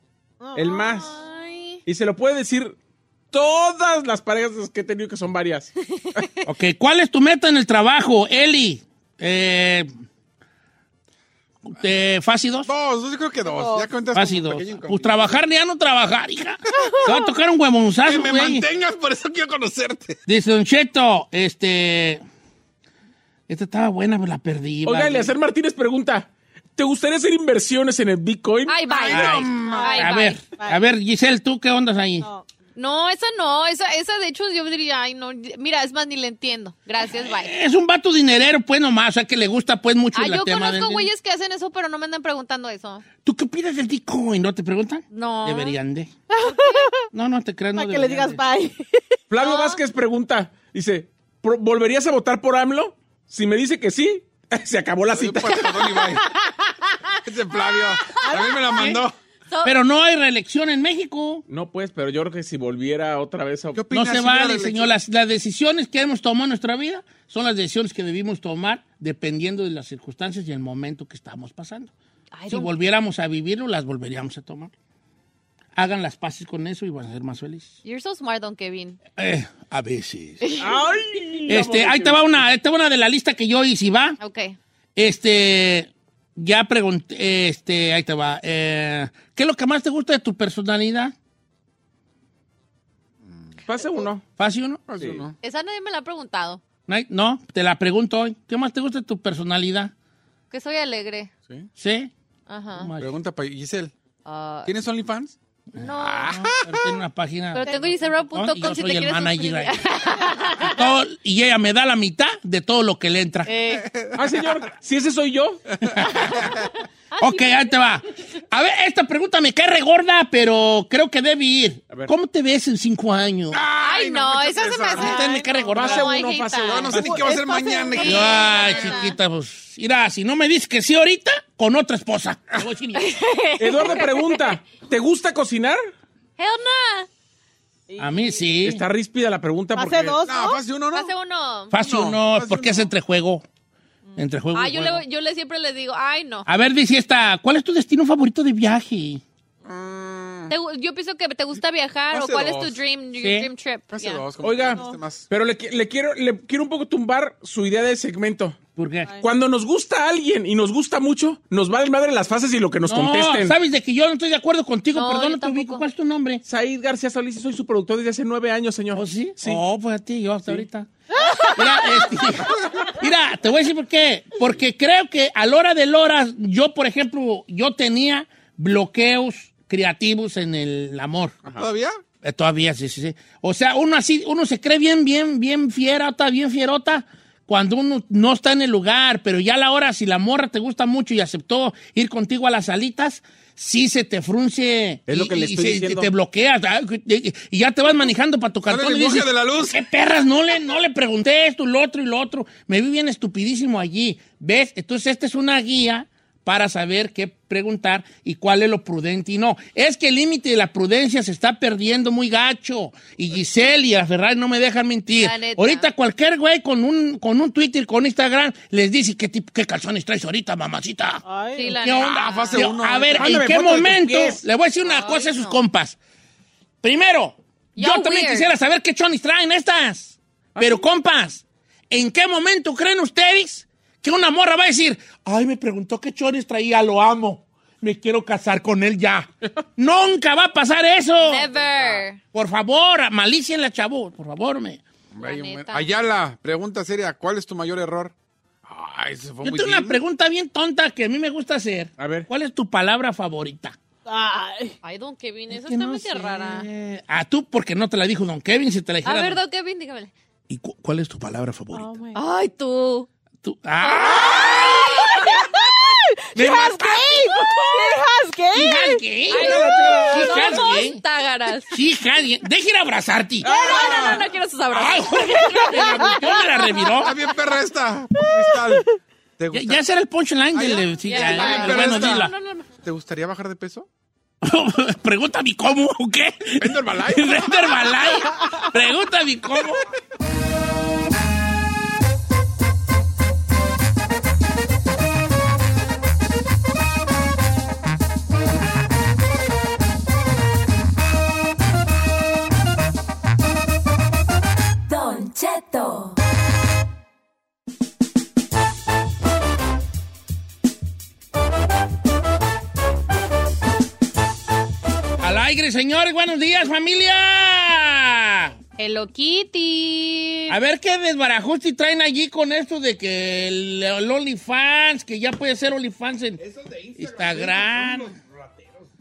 El más. Ay. Y se lo puede decir todas las parejas que he tenido, que son varias. Ok, ¿cuál es tu meta en el trabajo, Eli? Eh, eh, ¿Fácil dos? Dos, yo creo que dos. Ya cuentas como Fácil dos. pequeño inconveniente. Pues trabajar ni a no trabajar, hija. Te va a tocar un huevonzazo, Que me güey. mantengas, por eso quiero conocerte. Dice Don Cheto, este... Esta estaba buena, pero la perdí. Oiga, vale. Eleazar Martínez pregunta: ¿Te gustaría hacer inversiones en el Bitcoin? Ay, bye. Ay, Ay, a bye. ver, a ver, Giselle, ¿tú qué ondas ahí? No. No, esa no, esa, esa de hecho yo diría, ay, no, mira, es más, ni le entiendo. Gracias, bye. Es un vato dinerero, pues nomás, o sea que le gusta pues mucho Ay, el Ah, yo tema conozco del- güeyes que hacen eso, pero no me andan preguntando eso. ¿Tú qué opinas del Bitcoin? ¿No te preguntan? No. Deberían de. No, no te creas, no Para que le deberían digas de. bye. Flavio Vázquez pregunta: Dice, "¿Pro- ¿volverías a votar por AMLO? Si me dice que sí, se acabó la Soy un cita. parte de Don Ibai. Ese Flavio. A mí me la mandó. Pero no hay reelección en México. No, pues, pero yo creo que si volviera otra vez a. ¿Qué opinas? No se señora vale, de la señor. elección? Las, las decisiones que hemos tomado en nuestra vida son las decisiones que debimos tomar dependiendo de las circunstancias y el momento que estamos pasando. Ay, si don- volviéramos a vivirlo, las volveríamos a tomar. Hagan las paces con eso y van a ser más felices. You're so smart, don Kevin. Eh, a veces. ¡Ay! Este, ahí te va una, ahí te va una de la lista que yo hice, ¿va? Ok. Este, ya pregunté, este, ahí te va. Eh, ¿Qué es lo que más te gusta de tu personalidad? Pase uno. ¿Fácil uno? Fácil uno. Esa nadie me la ha preguntado. No, hay- no, te la pregunto hoy. ¿Qué más te gusta de tu personalidad? Que soy alegre. ¿Sí? Ajá. Más. Pregunta para Giselle. Ah, ¿Tienes OnlyFans? no. Pero tiene una página. Pero tengo Ah. ¿no? Y yo gisebra.com si soy te el quieres manager. ahí. suscribir. Y, todo- y ella me da la mitad de todo lo que le entra. Eh, Ah, señor, si ese soy yo. ok, ahí te va. A ver, esta pregunta me cae regorda, pero creo que debe ir. A ver. ¿Cómo te ves en cinco años? Ay, no, mucho esa se me pesar. hace- Usted me cae regorda. Pase no, I uno, hate pase that. uno. No sé ni qué va a hacer Esta mañana. se- hija. Ay, chiquita, pues. Mira, si no me dices que sí ahorita, con otra esposa. Te voy a decir yo. Eduardo pregunta, ¿te gusta cocinar? Hell no. A mí sí. Está ríspida la pregunta porque... Hace dos, No, ¿no? fácil uno, ¿no? Pase uno. Fácil No, no, fácil porque es no. entre juego. Entre juego. y Ay, Ah, yo juego. le, yo le siempre le digo, ay, no. A ver, dice esta, ¿cuál es tu destino favorito de viaje? Te gu- yo pienso que te gusta viajar o Pase cuál es dos. tu dream, your Sí. dream trip. Casi Yeah. dos. como Oiga, que no esté más. pero le, qui- le quiero, le quiero un poco tumbar su idea de segmento. ¿Por qué? Cuando nos gusta alguien y nos gusta mucho, nos vale madre las fases y lo que nos contesten. sabes de que yo no estoy de acuerdo contigo, No, perdón, yo no te ubico. tampoco. ¿Cuál es tu nombre? Said García Solís, soy su productor desde hace nueve años, señor. ¿Oh, sí? Sí. Oh, pues a ti, yo hasta ahorita. Mira, este, mira, te voy a decir por qué. Porque creo que a la hora de la hora, yo, por ejemplo, yo tenía bloqueos creativos en el amor. ¿Todavía? Eh, Todavía, sí, sí, sí. O sea, uno así, uno se cree bien, bien, bien fierota, bien fierota cuando uno no está en el lugar, pero ya a la hora, si la morra te gusta mucho y aceptó ir contigo a las salitas, sí se te frunce. Es y- lo que le y estoy se- diciendo. te bloqueas. ah, Y y ya te vas manejando para tu Sale cartón y el buje dices, de la luz. ¿Qué perras? No le, no le pregunté esto, lo otro y lo otro. Me vi bien estupidísimo allí. ¿Ves? Entonces, esta es una guía para saber qué preguntar y cuál es lo prudente y no. Es que el límite de la prudencia se está perdiendo muy gacho. Y Giselle y a Ferrari no me dejan mentir. La neta. Ahorita cualquier güey con un, con un Twitter, con Instagram, les dice qué, tipo, qué calzones traes ahorita, mamacita. Ay, Sí, la ¿Qué neta. onda? Ah, fase Yo- uno. a ver, ¿en Mándame qué foto de tus momento? pies. Le voy a decir una Ay, cosa a sus no. compas. Primero, yo You're también weird. quisiera saber qué chonis traen estas. Pero, compas, ¿en qué momento creen ustedes que una morra va a decir, ay, me preguntó qué chonis traía, lo amo, me quiero casar con él ya? Nunca va a pasar eso. Never. Por favor, malícienla, chavo, por favor, me. Hombre, La un buen- neta. Ayala, pregunta seria. ¿Cuál es tu mayor error? Ay, ese fue Yo muy tengo una deep. pregunta bien tonta que a mí me gusta hacer. A ver. ¿Cuál es tu palabra favorita? Ay. Ay, don Kevin, Es esa que está no medio sé. rara. Ah, tú, porque no te la dijo Don Kevin, si te la A dijera. ver, don- don Kevin, dígamele. ¿Y cu- cuál es tu palabra favorita? Oh my God. Ay, tú. Tú- ¡Ah! ¡Me mataste! has She gay. has gay. She has gay. Somos tágaras. She has gay. Deja ir a abrazarte. No, no, no, no quiero sus abrazos. Ay, güey, me la metió, me la reviró. Está bien, perra esta. Cristal. ¿Te, Ya, gusta- ya será el punchline del... de- sí, Ya, ya, ya, ya, ya. bueno, Pero dila. esta- ¿Te gustaría bajar de peso? Pregúntame cómo, ¿o qué? Vendo Herbalife. Vende Herbalife. Pregúntame cómo. Don Cheto. Al aire, señores. Buenos días, familia. Hello Kitty. A ver qué desbarajuste traen allí con esto de que el, el OnlyFans, que ya puede ser OnlyFans en Instagram.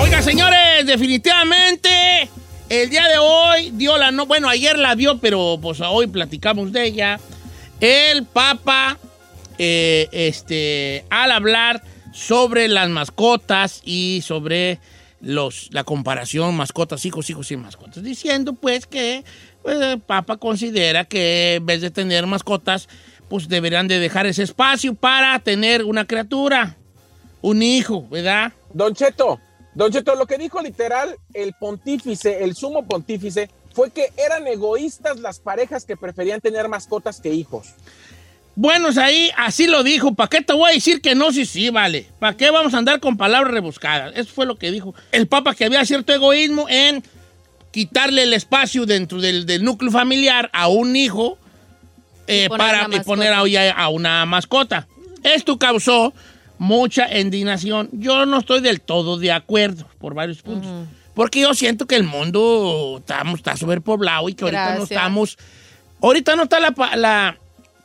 Oiga, señores, definitivamente el día de hoy dio la no. Bueno, ayer la dio, pero pues hoy platicamos de ella. El Papa, eh, este, al hablar sobre las mascotas y sobre los, la comparación mascotas, hijos, hijos y mascotas, diciendo pues que pues, el Papa considera que en vez de tener mascotas, pues deberían de dejar ese espacio para tener una criatura, un hijo, ¿verdad? Don Cheto, Don Cheto, lo que dijo literal el pontífice, el sumo pontífice, fue que eran egoístas las parejas que preferían tener mascotas que hijos. Buenos ahí, así lo dijo. ¿Para qué te voy a decir que no? Sí, sí, vale. ¿Para qué vamos a andar con palabras rebuscadas? Eso fue lo que dijo el Papa, que había cierto egoísmo en quitarle el espacio dentro del, del núcleo familiar a un hijo eh, poner para una y poner a, a una mascota. Esto causó mucha indignación. Yo no estoy del todo de acuerdo por varios puntos. Porque yo siento que el mundo estamos- está superpoblado y que ahorita no Gracias. estamos. Ahorita no está la, pa- la-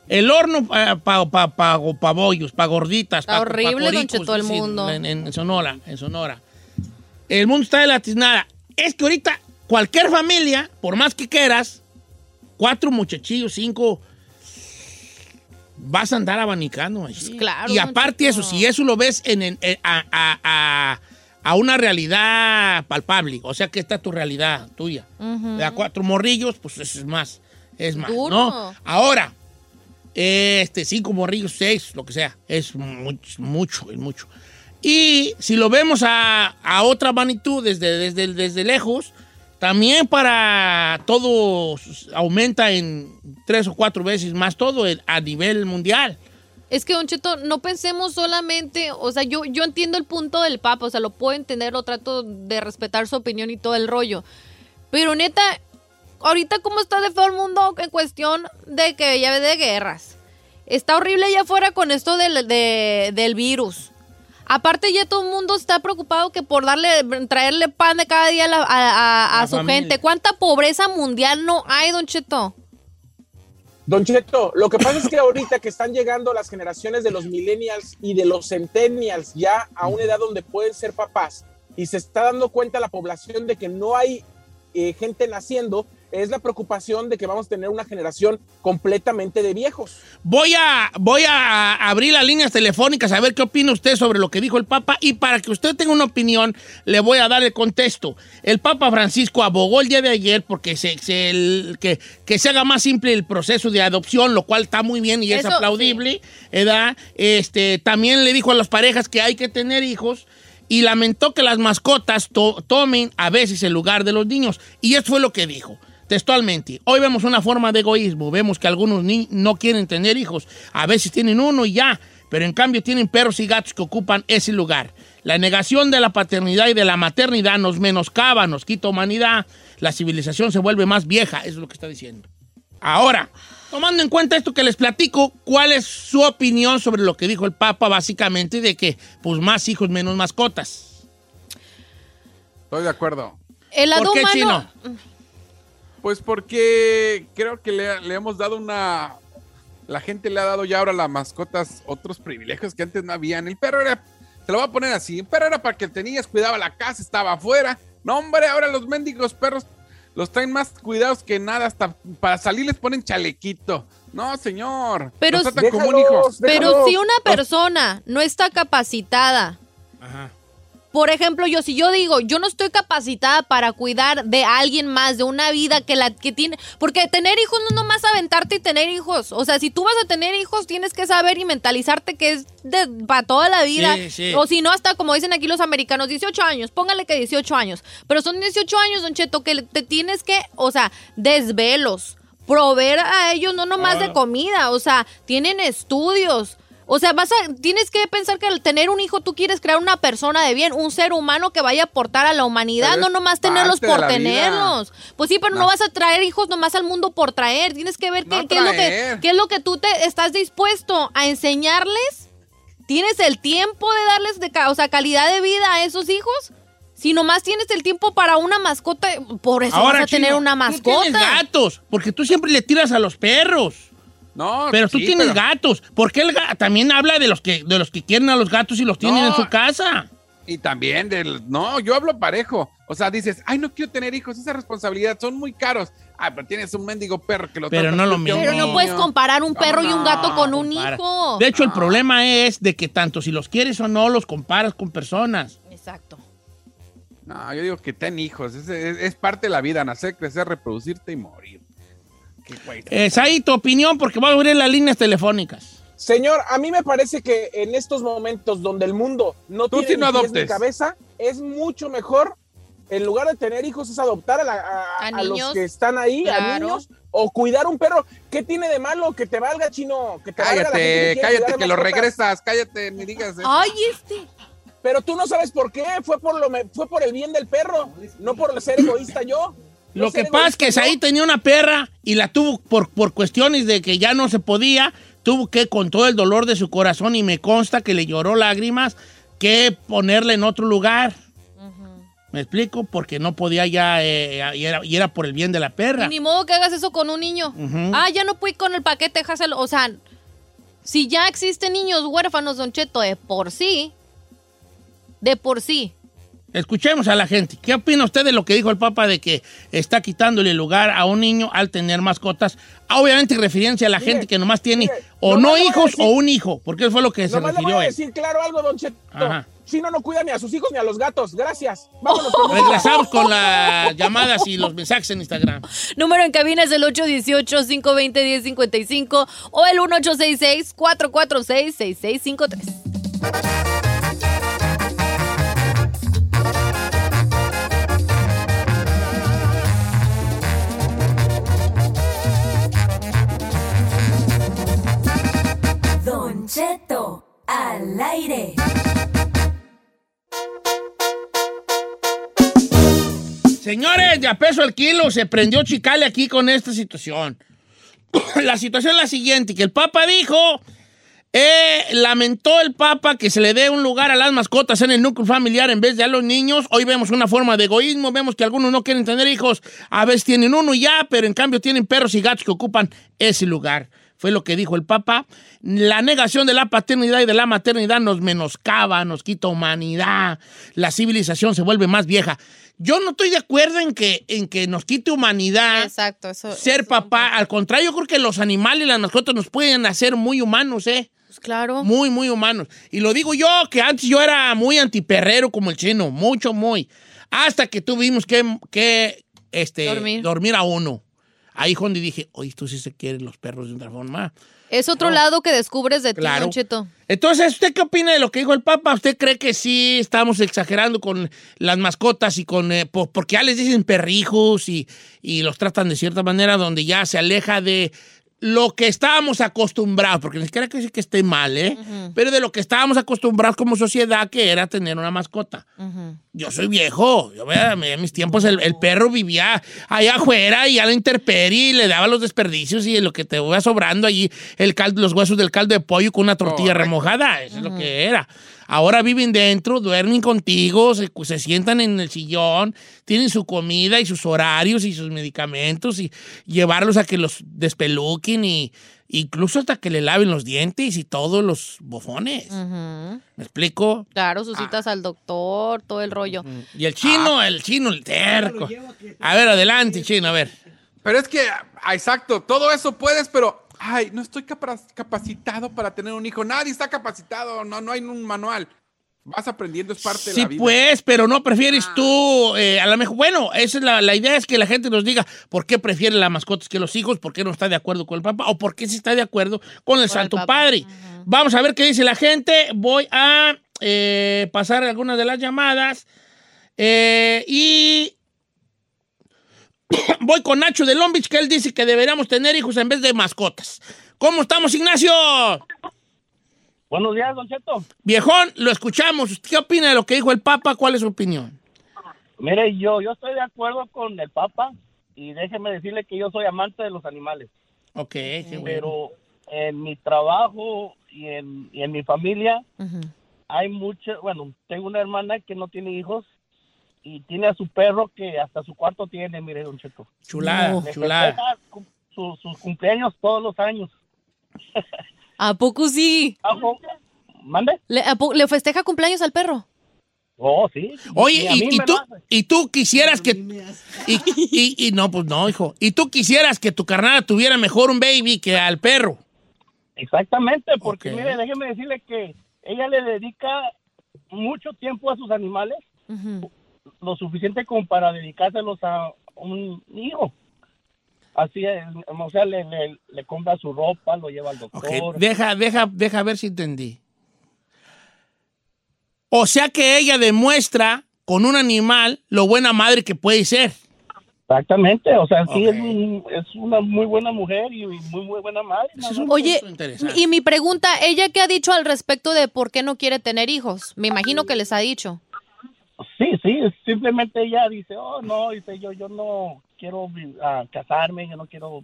el horno para pa, pa- pa- pa bollos, para gorditas. Está pa- horrible, pa don coricos, Cheto, el sí, mundo. En, en Sonora, en Sonora. El mundo está de la tiznada. Es que ahorita cualquier familia, por más que quieras, cuatro muchachillos, cinco, vas a andar abanicando. ahí. claro, Y don aparte Cheto. eso, si eso lo ves en, en- en- a, a- a- a una realidad palpable, o sea que está tu realidad tuya. De a cuatro morrillos, pues eso es más. Es más, Duro. ¿no? Ahora, este, cinco morrillos, seis, lo que sea. Es mucho, mucho, es mucho. Y si lo vemos a, a otra magnitud desde, desde, desde lejos, también para todo aumenta en tres o cuatro veces más todo el- a nivel mundial. Es que, Don Cheto, no pensemos solamente, o sea, yo, yo entiendo el punto del Papa, o sea, lo puedo entender, lo trato de respetar su opinión y todo el rollo. Pero neta, ahorita cómo está de feo el mundo en cuestión de que ya ve de guerras. Está horrible allá afuera con esto del, de- del virus. Aparte ya todo el mundo está preocupado que por darle, traerle pan de cada día a, la- a- a- a La su familia. gente. ¿Cuánta pobreza mundial no hay, Don Cheto? Don Cheto, lo que pasa es que ahorita que están llegando las generaciones de los millennials y de los centennials ya a una edad donde pueden ser papás y se está dando cuenta la población de que no hay eh, gente naciendo, es la preocupación de que vamos a tener una generación completamente de viejos. Voy a, voy a abrir las líneas telefónicas a ver qué opina usted sobre lo que dijo el Papa y para que usted tenga una opinión le voy a dar el contexto. El Papa Francisco abogó el día de ayer porque se, se- el- que, que se haga más simple el proceso de adopción, lo cual está muy bien y es Eso, aplaudible, ¿verdad? Este, también le dijo a las parejas que hay que tener hijos y lamentó que las mascotas to- tomen a veces el lugar de los niños. Y eso fue lo que dijo. Textualmente, hoy vemos una forma de egoísmo, vemos que algunos ni- no quieren tener hijos, a veces tienen uno y ya, pero en cambio tienen perros y gatos que ocupan ese lugar. La negación de la paternidad y de la maternidad nos menoscaba, nos quita humanidad, la civilización se vuelve más vieja, eso es lo que está diciendo. Ahora, tomando en cuenta esto que les platico, ¿cuál es su opinión sobre lo que dijo el Papa básicamente de que pues más hijos menos mascotas? Estoy de acuerdo. El lado ¿Por qué humano. chino? Pues porque creo que le, le hemos dado una... La gente le ha dado ya ahora a las mascotas otros privilegios que antes no habían. El perro era... Te lo voy a poner así. El perro era para que tenías, cuidaba la casa, estaba afuera. No, hombre, ahora los mendigos perros los traen más cuidados que nada. Hasta para salir les ponen chalequito. No, señor. Pero los es- tratan como un hijo. Pero si una persona no está capacitada, por ejemplo, yo si yo digo, yo no estoy capacitada para cuidar de alguien más, de una vida que la que tiene, porque tener hijos no es nomás aventarte y tener hijos, o sea, si tú vas a tener hijos tienes que saber y mentalizarte que es de, para toda la vida, Sí, sí. o si no hasta como dicen aquí los americanos, 18 años, póngale que 18 años, pero son 18 años, Don Cheto, que te tienes que, o sea, desvelos, proveer a ellos no nomás de comida, o sea, tienen estudios. O sea, vas a, tienes que pensar que al tener un hijo tú quieres crear una persona de bien, un ser humano que vaya a aportar a la humanidad, Pero no es nomás tenerlos parte de por la vida. tenerlos. Pues sí, pero no. No. vas a traer hijos nomás al mundo por traer. Tienes que ver No qué, qué es lo que, traer. qué es lo que tú te estás dispuesto a enseñarles. ¿Tienes el tiempo de darles de, ca- o sea, calidad de vida a esos hijos? Si nomás tienes el tiempo para una mascota, por eso vas Pues a Chino, tener una Tú tienes mascota. gatos, porque tú siempre le tiras a los perros. No, Pero tú sí, tienes pero- gatos. ¿Por qué el ga- también habla de los que de los que quieren a los gatos y los tienen No. en su casa? Y también del. No, yo hablo parejo. O sea, dices, ay, no quiero tener hijos, esa responsabilidad, son muy caros. Ah, pero tienes un mendigo perro que lo Pero tratas no lo como mismo. un Pero no niño. puedes comparar un perro y un gato con un Compara. hijo. De hecho, el problema es de que tanto si los quieres o no, los comparas con personas. Exacto. No, yo digo que ten hijos. Es, es- es parte de la vida, nacer, crecer, reproducirte y morir. Qué güey. Es ahí tu opinión, porque va a abrir las líneas telefónicas. Señor, a mí me parece que en estos momentos donde el mundo no Tú tiene sí no ni pies ni adoptes. cabeza, es mucho mejor, en lugar de tener hijos, es adoptar a, la- a- A a niños. los que están ahí, a Claro. niños, o cuidar un perro. ¿Qué tiene de malo? Que te valga, chino. Que te valga la gente Cállate, quiere cállate, cuidar de que lo mascotas. regresas. Cállate, ni digas. eso. Ay, este. Pero tú no sabes por qué. Fue por, lo, me- fue por el bien del perro, no por ser egoísta yo. Lo que pasa es que Saí ahí tenía una perra y la tuvo por, por cuestiones de que ya no se podía, tuvo que con todo el dolor de su corazón y me consta que le lloró lágrimas, que ponerla en otro lugar. ¿Me explico? Porque no podía ya, eh, y, era, y era por el bien de la Y perra. ni modo que hagas eso con un niño. Ujú. Ah, ya no fui con el paquete, déjaselo. O sea, si ya existen niños huérfanos, Don Cheto, de por sí. De por sí. Escuchemos a la gente. ¿Qué opina usted de lo que dijo el Papa de que está quitándole lugar a un niño al tener mascotas? Ah, Obviamente referencia a la Mire, gente que nomás tiene mire, o no nomás le voy a hijos decir- o un hijo, porque eso fue lo que se Nomás le voy refirió a él. decir claro algo, Don Cheto. Ajá. Chino no cuida ni a sus hijos ni a los gatos. Gracias. Vámonos con Regresamos con las llamadas y los mensajes en Instagram. Número en cabina es el 818-520-1055 o el 1866-446-6653. Don Cheto al aire. Señores, de a peso el kilo, se prendió Chicale aquí con esta situación. la situación es la siguiente, que el Papa dijo, eh, lamentó el Papa que se le dé un lugar a las mascotas en el núcleo familiar en vez de a los niños. Hoy vemos una forma de egoísmo, vemos que algunos no quieren tener hijos, a veces tienen uno y ya, pero en cambio tienen perros y gatos que ocupan ese lugar. Fue lo que dijo el Papa. La negación de la paternidad y de la maternidad nos menoscaba, nos quita humanidad. La civilización se vuelve más vieja. Yo no estoy de acuerdo en que, en que nos quite humanidad Exacto, eso. ser papá. Al contrario, yo creo que los animales, las mascotas, nos pueden hacer muy humanos, ¿eh? Pues claro. Muy, muy humanos. Y lo digo yo, que antes yo era muy antiperrero como el chino, mucho, muy. Hasta que tuvimos que, que este, Dormir. dormir. a uno. Ahí es donde dije, oye, tú sí se quieren los perros de otra forma. Es otro lado que descubres de ti, Claro. Don Cheto. Entonces, ¿usted qué opina de lo que dijo el Papa? ¿Usted cree que sí estamos exagerando con las mascotas y con... eh, po- porque ya les dicen perrijos y, y los tratan de cierta manera donde ya se aleja de lo que estábamos acostumbrados, porque ni siquiera quiere decir que esté mal, ¿eh? Pero de lo que estábamos acostumbrados como sociedad que era tener una mascota. Yo soy viejo. Yo vea, me- en mis tiempos el, el perro vivía allá afuera y a la intemperie y le daba los desperdicios y lo que te iba sobrando allí, el caldo, los huesos del caldo de pollo con una tortilla Correcto. remojada. Eso es lo que era. Ahora viven dentro, duermen contigo, se, se sientan en el sillón, tienen su comida y sus horarios y sus medicamentos y llevarlos a que los despeluquen y incluso hasta que le laven los dientes y todos los bofones. Ujú. ¿Me explico? Claro, Ah. sus citas al doctor, todo el rollo. Y el chino, el chino, el terco. A ver, adelante, chino, a ver. Pero es que, ah, exacto, todo eso puedes, pero, ay, no estoy capa- capacitado para tener un hijo. Nadie está capacitado, no, no hay un manual. Vas aprendiendo, es parte de Sí, la vida. pues, pero no prefieres tú, eh, a lo mejor, bueno, esa es la, la idea, es que la gente nos diga por qué prefiere las mascotas que los hijos, por qué no está de acuerdo con el Papa o por qué sí está de acuerdo con el Con el Santo Papa. Padre. Ajá. Vamos a ver qué dice la gente. Voy a eh, pasar algunas de las llamadas eh, y voy con Nacho de Long Beach, que él dice que deberíamos tener hijos en vez de mascotas. ¿Cómo estamos, Ignacio? Buenos días, Don Cheto. Viejón, lo escuchamos. ¿Qué opina de lo que dijo el Papa? ¿Cuál es su opinión? Mire, yo, yo estoy de acuerdo con el Papa y déjeme decirle que yo soy amante de los animales, Ok, qué bueno. pero en mi trabajo y en, y en mi familia hay mucho, bueno, tengo una hermana que no tiene hijos y tiene a su perro que hasta su cuarto tiene, mire, Don Cheto. Chulada, Le chulada. festeja cu- su- sus cumpleaños todos los años. ¿A poco sí? Ajo, ¿Mande? ¿Le, a po- le festeja cumpleaños al perro? Oh, sí. Oye, a y, mí y me tú, lo hace. y tú quisieras que... Y, y- y no, pues no, hijo. Y tú quisieras que tu carnada tuviera mejor un baby que al perro. Exactamente, porque Ok. mire, déjeme decirle que ella le dedica mucho tiempo a sus animales, Ujú. lo suficiente como para dedicárselos a un hijo. Así es, o sea, le, le- le compra su ropa, lo lleva al Ok, doctor. deja, deja, deja ver si entendí. O sea que ella demuestra con un animal lo buena madre que puede ser. Exactamente, o sea, sí, Ok. es, un- es una muy buena mujer y muy, muy buena madre. Ese es ¿no? un Oye, punto interesante. y mi pregunta, ¿ella qué ha dicho al respecto de por qué no quiere tener hijos? Me imagino que les ha dicho. Sí, sí, simplemente ella dice, oh, no, dice yo, yo no quiero vi- ah, casarme, yo no quiero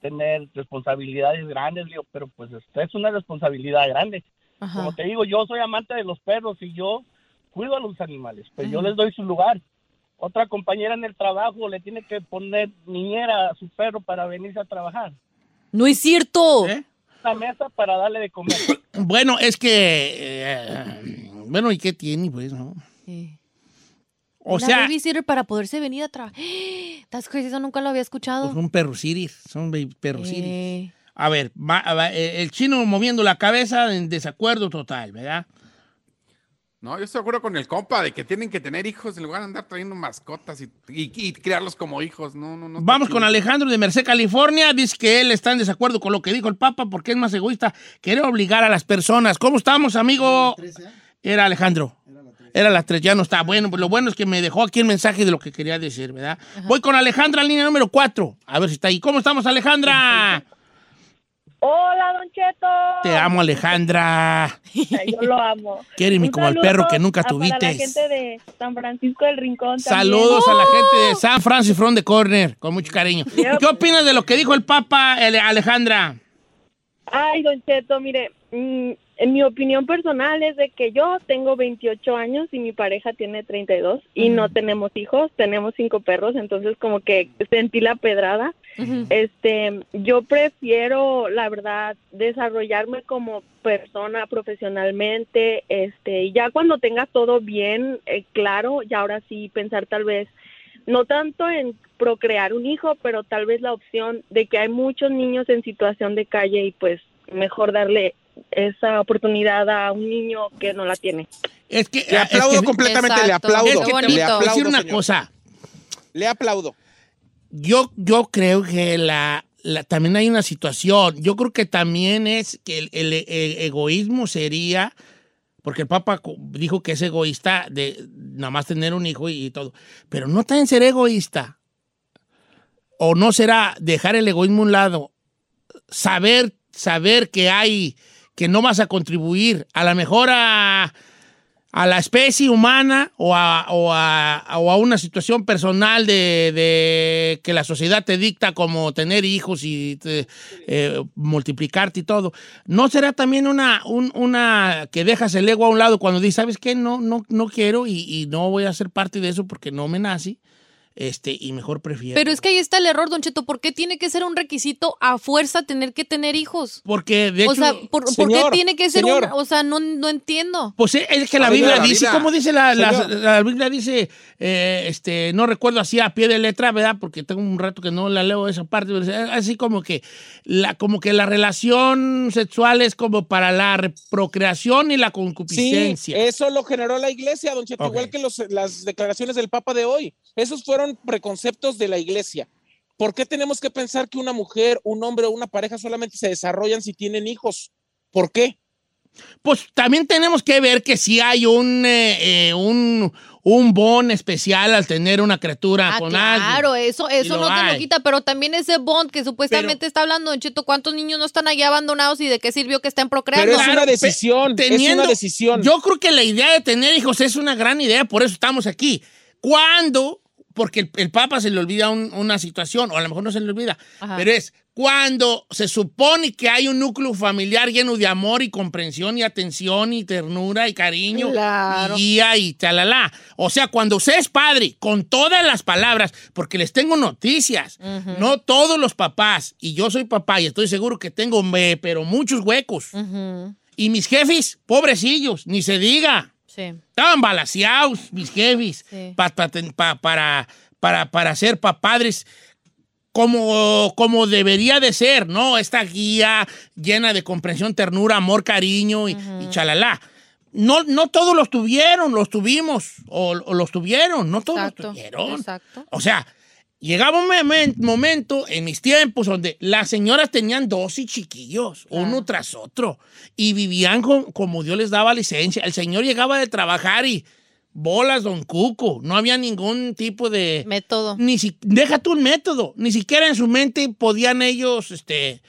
tener responsabilidades grandes, Le digo, pero pues esta es una responsabilidad grande. Ajá. Como te digo, yo soy amante de los perros y yo cuido a los animales, pero yo les doy su lugar. Otra compañera en el trabajo le tiene que poner niñera a su perro para venirse a trabajar. No es cierto. ¿Eh? Una mesa para darle de comer. Bueno, es que... eh, bueno, ¿y qué tiene? Pues, ¿no? Sí. O Una sea, babysitter para poderse venir a trabajar. That's crazy, eso nunca lo había escuchado. pues son perrusiris, son baby- perrusiris. Eh, A ver, va- va- eh, el chino moviendo la cabeza en desacuerdo total, ¿verdad? No, yo estoy de acuerdo con el compa de que tienen que tener hijos en lugar de andar trayendo mascotas y, y- y criarlos como hijos. No, no, no. está Vamos chido. con Alejandro de Merced, California. Dice que él está en desacuerdo con lo que dijo el Papa porque es más egoísta. Quiere obligar a las personas. ¿Cómo estamos, amigo? Era Alejandro. Era las tres, ya no está. Bueno, pues lo bueno es que me dejó aquí el mensaje de lo que quería decir, ¿verdad? Voy con Alejandra, línea número cuatro. A ver si está ahí. ¿Cómo estamos, Alejandra? Hola, Don Cheto. Te amo, Alejandra. Ay, Yo lo amo. Quiereme Un como el saludo perro que nunca a- Para la tuviste. gente de San Francisco del Rincón. Saludos a también. ¡Oh! la gente de San Francisco from the Corner, con mucho cariño. ¿Qué opinas de lo que dijo el Papa, Ale- Alejandra? Ay, Don Cheto, mire, mm, en mi opinión personal es de que yo tengo 28 años y mi pareja tiene 32 y no tenemos hijos, tenemos cinco perros, entonces como que sentí la pedrada Este, yo prefiero, la verdad, desarrollarme como persona profesionalmente, este, y ya cuando tenga todo bien eh, claro, y ahora sí pensar tal vez no tanto en procrear un hijo, pero tal vez la opción de que hay muchos niños en situación de calle y pues mejor darle esa oportunidad a un niño que no la tiene. Es que Le aplaudo completamente, le aplaudo. Es que te voy Le a aplaudo, decir una señor. cosa. Le aplaudo. Yo, yo creo que la, la- también hay una situación. Yo creo que también es que el, el- el egoísmo sería, porque el Papa co- dijo que es egoísta de nada más tener un hijo y, y todo. Pero no también ser egoísta. O no será dejar el egoísmo a un lado. Saber, saber que hay, que no vas a contribuir a la mejora a la especie humana o a, o a- o a una situación personal de, de que la sociedad te dicta como tener hijos y te- eh, multiplicarte y todo. ¿No será también una, un- una que dejas el ego a un lado cuando dices, ¿sabes qué? No, no, no quiero y, y no voy a ser parte de eso porque no me nace este, y mejor prefiero. Pero es que ahí está el error, Don Cheto. ¿Por qué tiene que ser un requisito a fuerza tener que tener hijos? porque de o hecho, sea, ¿por, por qué Señor, tiene que ser señor. un...? O sea, no, no entiendo. Pues es- es que la La vida, Biblia la dice, vida. ¿cómo dice la, la- Señor. la Biblia? Dice, eh, este, no recuerdo así a pie de letra, ¿verdad? Porque tengo un rato que no la leo esa parte, pero es así como que la, como que la relación sexual es como para la re- procreación y la Sí, concupiscencia. eso lo generó la iglesia, don Cheto, Ok. igual que los- las declaraciones del Papa de hoy. Esos fueron preconceptos de la iglesia. ¿Por qué tenemos que pensar que una mujer, un hombre o una pareja solamente se desarrollan si tienen hijos? ¿Por qué? Pues también tenemos que ver que si hay un, eh, eh, un, un bon especial al tener una criatura Ah, con alguien. claro, eso, eso lo no te lo hay. quita, pero también ese bond que supuestamente está hablando, Don Cheto, ¿cuántos niños no están allá abandonados y de qué sirvió que estén procreando? Pero es una decisión, es teniendo- una decisión. Yo creo que la idea de tener hijos es una gran idea, por eso estamos aquí. ¿Cuándo? Porque el, el Papa se le olvida un- una situación, o a lo mejor no se le olvida, Ajá. pero es cuando se supone que hay un núcleo familiar lleno de amor y comprensión y atención y ternura y cariño Claro. y guía y talala. O sea, cuando usted es padre, con todas las palabras, porque les tengo noticias, Ujú. no todos los papás, y yo soy papá y estoy seguro que tengo, me- pero muchos huecos. Ujú, Y mis jefes, pobrecillos, ni se diga. Sí. Estaban balaseados mis jefes Sí. pa- pa- ten- pa- para, para, para ser pa padres como, como debería de ser, ¿no? Esta guía llena de comprensión, ternura, amor, cariño y, y chalalá. No, no todos los tuvieron, los tuvimos, o, o los tuvieron, no todos Exacto. los tuvieron. Exacto. O sea, llegaba un momen- momento en mis tiempos donde las señoras tenían dos y chiquillos, uno tras otro, y vivían con- como Dios les daba licencia. El señor llegaba de trabajar y bolas, don Cuco, no había ningún tipo de... Método. Ni si, deja tú un método, ni siquiera en su mente podían ellos este,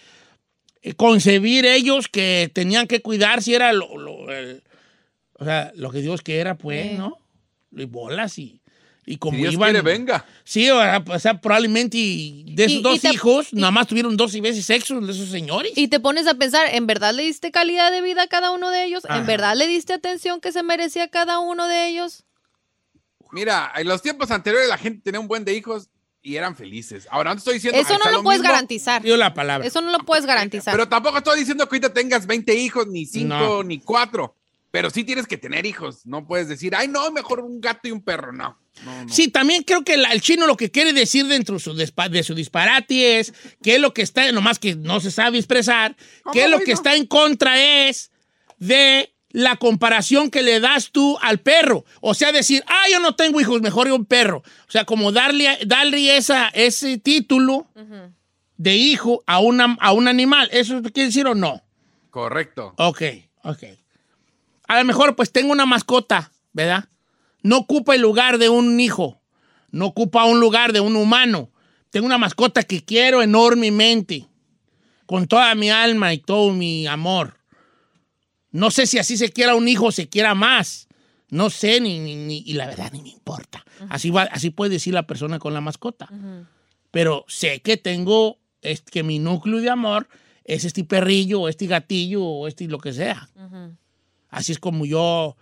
eh, concebir ellos que tenían que cuidar si era lo, lo- el- o sea, lo que Dios quiera, pues, Sí. ¿no? Y bolas y, y como Si Dios iban... quiere, venga. Sí, o sea, o sea, probablemente y de esos Y- y dos te- hijos, nada más tuvieron dos veces sexo de esos señores. Y te pones a pensar, ¿en verdad le diste calidad de vida a cada uno de ellos? Ajá. ¿En verdad le diste atención que se merecía cada uno de ellos? Mira, en los tiempos anteriores la gente tenía un buen de hijos y eran felices. Ahora no estoy diciendo Eso que no sea lo puedes mismo, garantizar. Dio la palabra. Eso no lo puedes garantizar. Pero tampoco estoy diciendo que ahorita tengas 20 hijos, ni 5, No. ni 4. Pero sí tienes que tener hijos. No puedes decir, ay, no, mejor un gato y un perro. No. no, no. Sí, también creo que la- el chino lo que quiere decir dentro su dispa- de su disparate es que lo que está, nomás que no se sabe expresar, que ¿Cómo, lo güey, que no? está en contra es de la comparación que le das tú al perro. O sea, decir, ah, yo no tengo hijos, mejor yo un perro. O sea, como darle, a- darle esa, ese título Ujú. de hijo a, una, a un animal. ¿Eso quiere decir o no? Correcto. Ok, ok. A lo mejor pues tengo una mascota, ¿verdad? No ocupa el lugar de un hijo, no ocupa un lugar de un humano. Tengo una mascota que quiero enormemente, con toda mi alma y todo mi amor. No sé si así se quiera un hijo o se quiera más. No sé, ni, ni- ni- y la verdad ni me importa. Así, va, así puede decir la persona con la mascota Ujú. pero sé que tengo, es- que mi núcleo de amor es este perrillo, o este gatillo, o este lo que sea. Ujú. Así es como yo.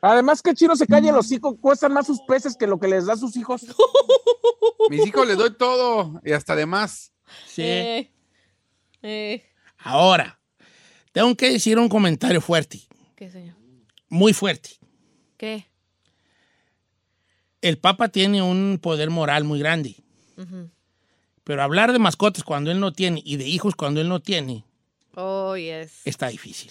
Además que el chino se calla los hijos, cuestan más sus peces que lo que les da a sus hijos. Mis hijos les doy todo y hasta de más. Sí. Eh, eh, Ahora, tengo que decir un comentario fuerte, ¿Qué, señor? muy fuerte. ¿Qué? El Papa tiene un poder moral muy grande, Ujú. pero hablar de mascotas cuando él no tiene y de hijos cuando él no tiene Oh, yes. está difícil.